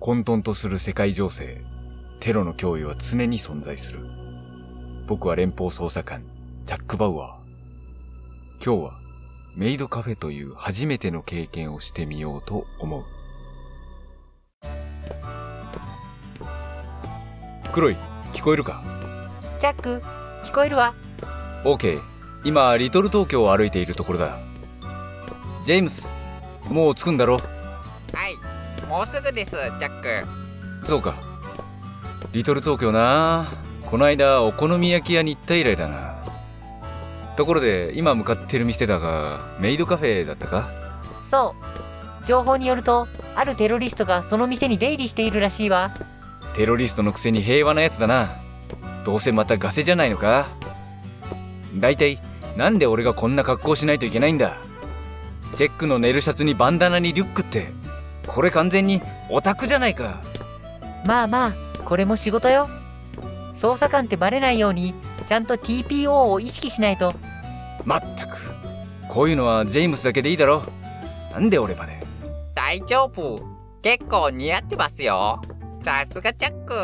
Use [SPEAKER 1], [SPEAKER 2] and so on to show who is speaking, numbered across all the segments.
[SPEAKER 1] 混沌とする世界情勢、テロの脅威は常に存在する。僕は連邦捜査官、ジャック・バウアー。今日は、メイドカフェという初めての経験をしてみようと思う。黒い、聞こえるか
[SPEAKER 2] ジャック、聞こえるわ。
[SPEAKER 1] ?OK。今、リトル東京を歩いているところだ。ジェームス、もう着くんだろ
[SPEAKER 3] はいもうすぐですジャック
[SPEAKER 1] そうか。リトル東京なこないだお好み焼き屋に行った以来だな。ところで、今向かってる店だが、メイドカフェだったか
[SPEAKER 2] そう。情報によると、あるテロリストがその店に出入りしているらしいわ。
[SPEAKER 1] テロリストのくせに平和なやつだな。どうせまたガセじゃないのかだいたい、なんで俺がこんな格好しないといけないんだチェックのネルシャツにバンダナにリュックって、これ完全にオタクじゃないか。
[SPEAKER 2] まあまあ、これも仕事よ。捜査官ってバレないように、ちゃんと TPO を意識しないと。
[SPEAKER 1] まったく。こういうのはジェームスだけでいいだろ。なんで俺まで。
[SPEAKER 3] 大丈夫結構似合ってますよさすがジャック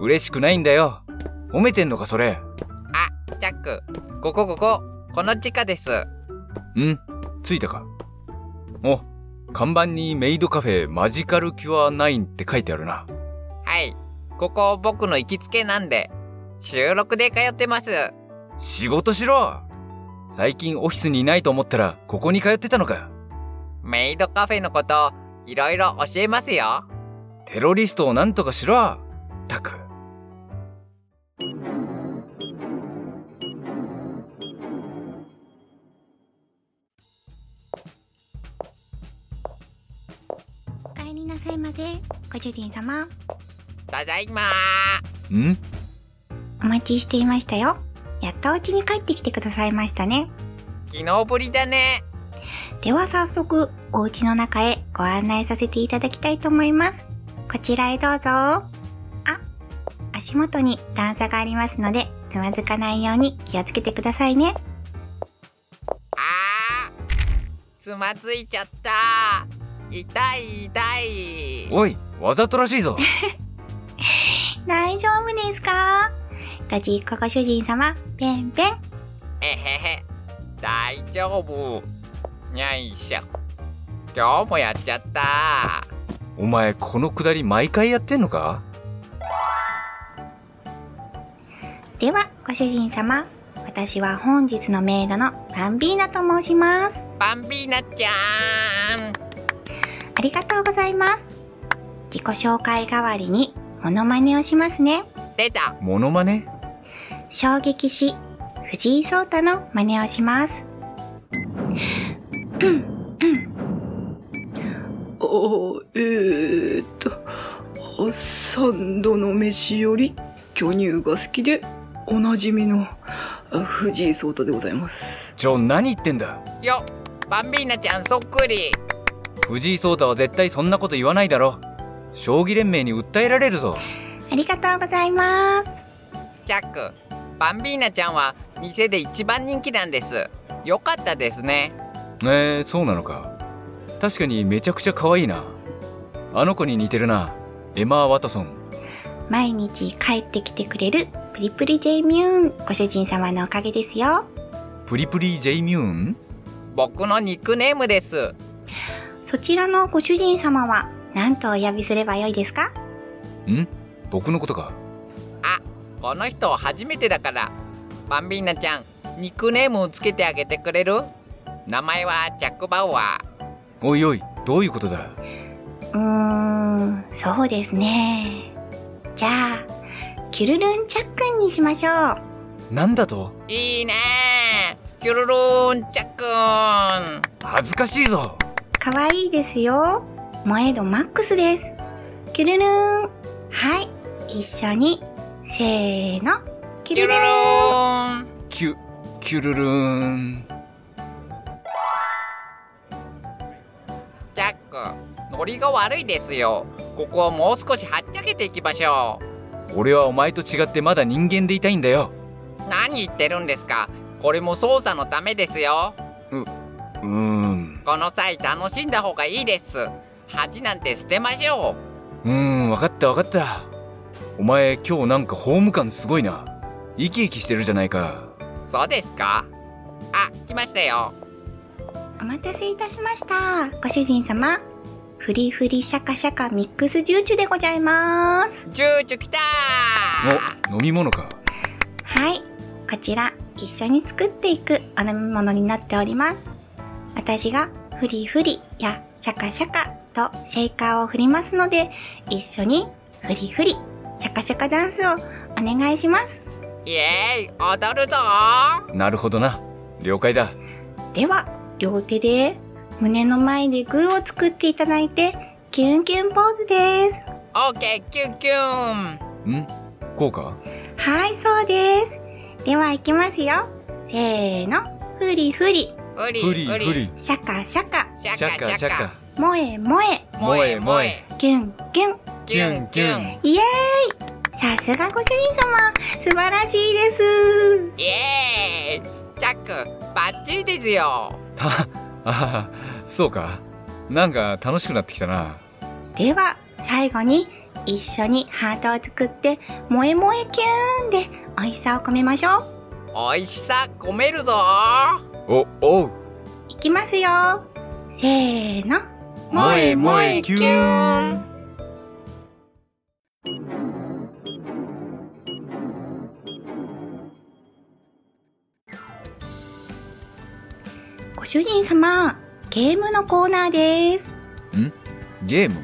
[SPEAKER 1] 嬉しくないんだよ。褒めてんのかそれ。
[SPEAKER 3] ジャックこここここの地下です
[SPEAKER 1] うん着いたか。お、看板にメイドカフェマジカルキュアナインって書いてあるな。
[SPEAKER 3] はいここ僕の行きつけなんで収録で通ってます
[SPEAKER 1] 仕事しろ最近オフィスにいないと思ったらここに通ってたのか。
[SPEAKER 3] メイドカフェのこといろいろ教えますよ
[SPEAKER 1] テロリストをなんとかしろったく。
[SPEAKER 4] お帰りなさいませご主人様
[SPEAKER 3] ただいま
[SPEAKER 1] ん
[SPEAKER 4] お待ちしていましたよやっとお家に帰ってきてくださいましたね
[SPEAKER 3] ー昨日ぶりだね
[SPEAKER 4] では早速お家の中へご案内させていただきたいと思いますこちらへどうぞあ足元に段差がありますのでつまずかないように気をつけてくださいね
[SPEAKER 3] あーつまずいちゃった痛い痛い
[SPEAKER 1] おい、わざとらしいぞ。
[SPEAKER 4] 大丈夫ですかご実家ご主人様ペンペン
[SPEAKER 3] えへへ大丈夫にゃいしょ今日もやっちゃった
[SPEAKER 1] お前このくだり毎回やってんのか
[SPEAKER 4] ではご主人様私は本日のメイドのバンビーナと申します
[SPEAKER 3] バンビーナちゃーん
[SPEAKER 4] ありがとうございます。自己紹介代わりに、モノマネをしますね。
[SPEAKER 3] 出た
[SPEAKER 1] モノマネ
[SPEAKER 4] 衝撃し、藤井聡太の真似をします。
[SPEAKER 5] おえー、っと三度の飯より巨乳が好きでおなじみのあ藤井聡太でございます
[SPEAKER 1] ちょ、何言ってんだ
[SPEAKER 3] よバンビーナちゃんそっくり
[SPEAKER 1] 藤井聡太は絶対そんなこと言わないだろ。将棋連盟に訴えられるぞ。
[SPEAKER 4] ありがとうございます。
[SPEAKER 3] ジャックバンビーナちゃんは店で一番人気なんですよかったですね
[SPEAKER 1] えー、そうなのか。確かにめちゃくちゃ可愛いな。あの子に似てるな。エマー・ワトソン。
[SPEAKER 4] 毎日帰ってきてくれる、プリプリジェイミューン、ご主人様のおかげですよ。
[SPEAKER 1] プリプリ・ジェイミューン
[SPEAKER 3] 僕のニックネームです
[SPEAKER 4] そちらのご主人様は、何とお呼びすればよいですか
[SPEAKER 1] ん僕のことか。
[SPEAKER 3] この人初めてだからバンビーナちゃんニックネームをつけてあげてくれる名前はジャック・バウアー
[SPEAKER 1] おいおい、どういうことだ
[SPEAKER 4] うーん、そうですね。じゃあ、キュルルンチャックンにしましょう。
[SPEAKER 1] なんだと
[SPEAKER 3] いいねーキュルルーンチャックーン
[SPEAKER 1] 恥ずかしいぞ
[SPEAKER 4] 可愛いですよ。萌え度マックスです。キュルルーン。はい。一緒に。せーの。キ
[SPEAKER 3] キュ
[SPEAKER 4] ュル
[SPEAKER 3] ルル
[SPEAKER 4] ルーン。
[SPEAKER 3] ーン
[SPEAKER 1] キュ、キュルルーン。
[SPEAKER 3] ジャックノリが悪いですよここをもう少しはっちゃけていきましょ
[SPEAKER 1] 俺はお前と違ってまだ人間でいたいんだよ。
[SPEAKER 3] う何言ってるんですかこれも捜査のためですよ
[SPEAKER 1] うーん。
[SPEAKER 3] この際楽しんだ方がいいです恥なんて捨てましょ
[SPEAKER 1] うーん、わかったわかった。お前、今日なんかホーム感すごいな。生き生きしてるじゃないか。
[SPEAKER 3] うそうですかあ来ましたよ
[SPEAKER 4] お待たせいたしました。ご主人様。フリフリシャカシャカミックスジューチュでございます。
[SPEAKER 3] チューチュ来た
[SPEAKER 1] お、
[SPEAKER 3] ー
[SPEAKER 1] 飲み物か。
[SPEAKER 4] はい。こちら、一緒に作っていくお飲み物になっております。私がフリフリやシャカシャカとシェイカーを振りますので、一緒にフリフリ、シャカシャカダンスをお願いします。
[SPEAKER 3] イエーイ踊るぞ
[SPEAKER 1] なるほどな。了解だ。
[SPEAKER 4] では、両手で胸の前でグーを作っていただいて、キュンキュンポーズです。
[SPEAKER 3] ーオーケーキュンキュン
[SPEAKER 1] んこうか
[SPEAKER 4] はい、そうです。では、行きますよ。せーの。ふりふり、
[SPEAKER 3] フリ
[SPEAKER 1] ふりふり。
[SPEAKER 4] シャカシャカ、
[SPEAKER 3] シ
[SPEAKER 1] シ
[SPEAKER 3] ャ
[SPEAKER 1] ャ
[SPEAKER 3] カ
[SPEAKER 1] カ
[SPEAKER 3] シ
[SPEAKER 1] シ
[SPEAKER 3] ャ
[SPEAKER 1] ャ
[SPEAKER 3] カ
[SPEAKER 1] カ。
[SPEAKER 4] もえもえ、
[SPEAKER 1] 萌え萌え
[SPEAKER 4] キュンキュン。
[SPEAKER 3] キュンキュン
[SPEAKER 4] イエーイさすがご主人様素晴らしいです
[SPEAKER 3] イエーイチャックバッチリですよ
[SPEAKER 1] た、ああ、そうか。なんか楽しくなってきたな。
[SPEAKER 4] では、最後に一緒にハートを作って、萌え萌えキューンで美味しさを込めましょう。
[SPEAKER 3] 美味しさ込めるぞ
[SPEAKER 1] お、おう。
[SPEAKER 4] いきますよせーの。
[SPEAKER 3] 萌え萌えキューン
[SPEAKER 4] ご主人様、ゲームのコーナーです。
[SPEAKER 1] ゲーム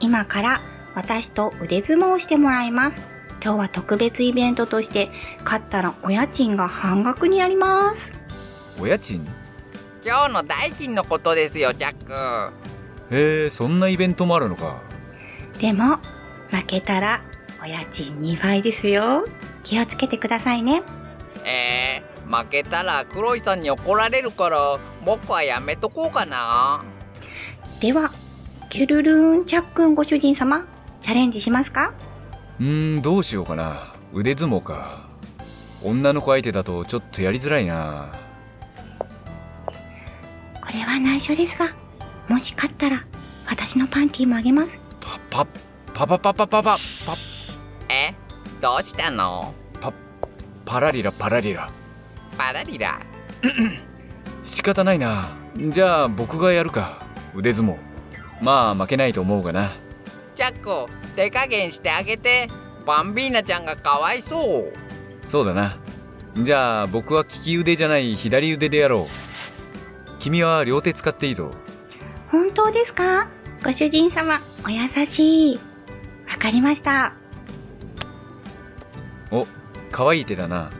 [SPEAKER 4] 今から私と腕相撲をしてもらいます。今日は特別イベントとして、勝ったらお家賃が半額になります。
[SPEAKER 1] お家賃
[SPEAKER 3] 今日の代金のことですよジャック
[SPEAKER 1] へえ、そんなイベントもあるのか。
[SPEAKER 4] でも、負けたらお家賃2倍ですよ。気をつけてくださいね。
[SPEAKER 3] えー、負けたら黒井さんに怒られるから僕はやめとこうかな
[SPEAKER 4] では、キュルルーンチャックンご主人様、チャレンジしますか
[SPEAKER 1] うーん、どうしようかな。腕相撲か。女の子相手だとちょっとやりづらいな。
[SPEAKER 4] これは内緒ですが、もし勝ったら、私のパンティーもあげます。
[SPEAKER 1] パ、パ、パパパパパパ、
[SPEAKER 3] えどうしたの
[SPEAKER 1] パラリラパラリラ。
[SPEAKER 3] パラリラ
[SPEAKER 1] 仕方ないな。じゃあ僕がやるか。腕相撲。まあ負けないと思うがな。
[SPEAKER 3] ジャック手加減してあげてバンビーナちゃんがかわいそう
[SPEAKER 1] そうだな。じゃあ僕は利き腕じゃない左腕でやろう。君は両手使っていいぞ。
[SPEAKER 4] 本当ですかご主人様、お優しい。わかりました。
[SPEAKER 1] お、可愛い手だな。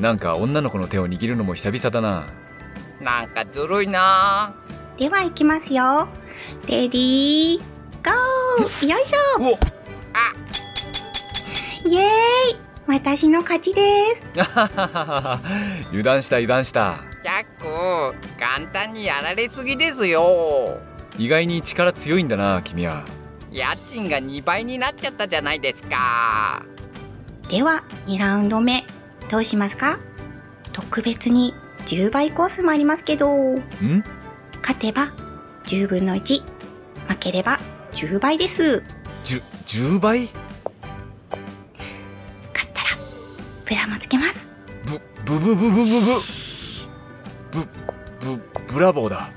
[SPEAKER 1] なんか女の子の手を握るのも久々だな。
[SPEAKER 3] なんかずるいな
[SPEAKER 4] では、行きますよ。レディー、ゴーよいしょ
[SPEAKER 1] お
[SPEAKER 4] イエーイ私の勝ちです。
[SPEAKER 1] 油断した油断した。
[SPEAKER 3] ジャック簡単にやられすぎですよ
[SPEAKER 1] 意外に力強いんだな、君は。
[SPEAKER 3] 家賃が2倍になっちゃったじゃないですか
[SPEAKER 4] では、2ラウンド目、どうしますか特別に10倍コースもありますけど、
[SPEAKER 1] ん
[SPEAKER 4] 勝てば10分の1、負ければ10倍です。
[SPEAKER 1] じゅ、10倍
[SPEAKER 4] 勝ったら、プラもつけます。
[SPEAKER 1] ぶ、ぶぶぶぶぶぶ、ぶ、ぶ、ブラボーだ。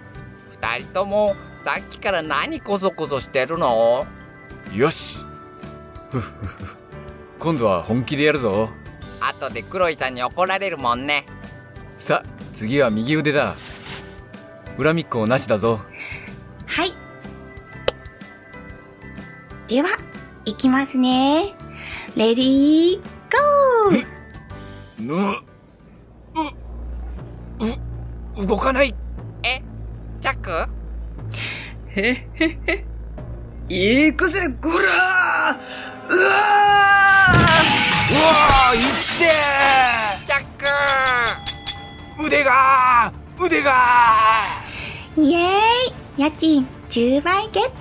[SPEAKER 3] 2人ともさっきから何コソコソしてるの
[SPEAKER 1] よし。ふっ ふっふ今度は本気でやるぞ。
[SPEAKER 3] 後で黒井さんに怒られるもんね
[SPEAKER 1] さ、次は右腕だ。恨みっこなしだぞ。
[SPEAKER 4] はい。では、いきますね。レディー、ゴー
[SPEAKER 1] ぬ、う、う、動かない。
[SPEAKER 3] えジャック
[SPEAKER 5] へっへっへ。行くぜ、こらーうわ
[SPEAKER 1] うわあ、いっ
[SPEAKER 3] ジャック
[SPEAKER 1] てー腕がー腕が
[SPEAKER 4] イエーイ家賃10倍ゲット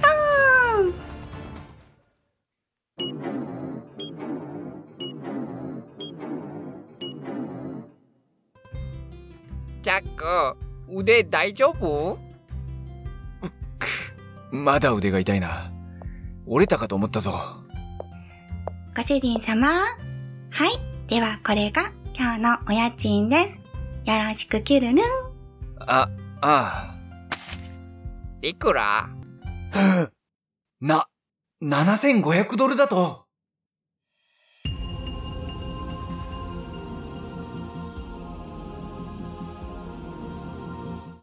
[SPEAKER 3] チャック、腕大丈夫
[SPEAKER 1] まだ腕が痛いな。折れたかと思ったぞ。
[SPEAKER 4] ご主人様。はい。ではこれが今日のお家賃です。よろしくキュルルン。
[SPEAKER 1] あ、あ
[SPEAKER 3] いくら
[SPEAKER 1] あ。な、7500ドルだと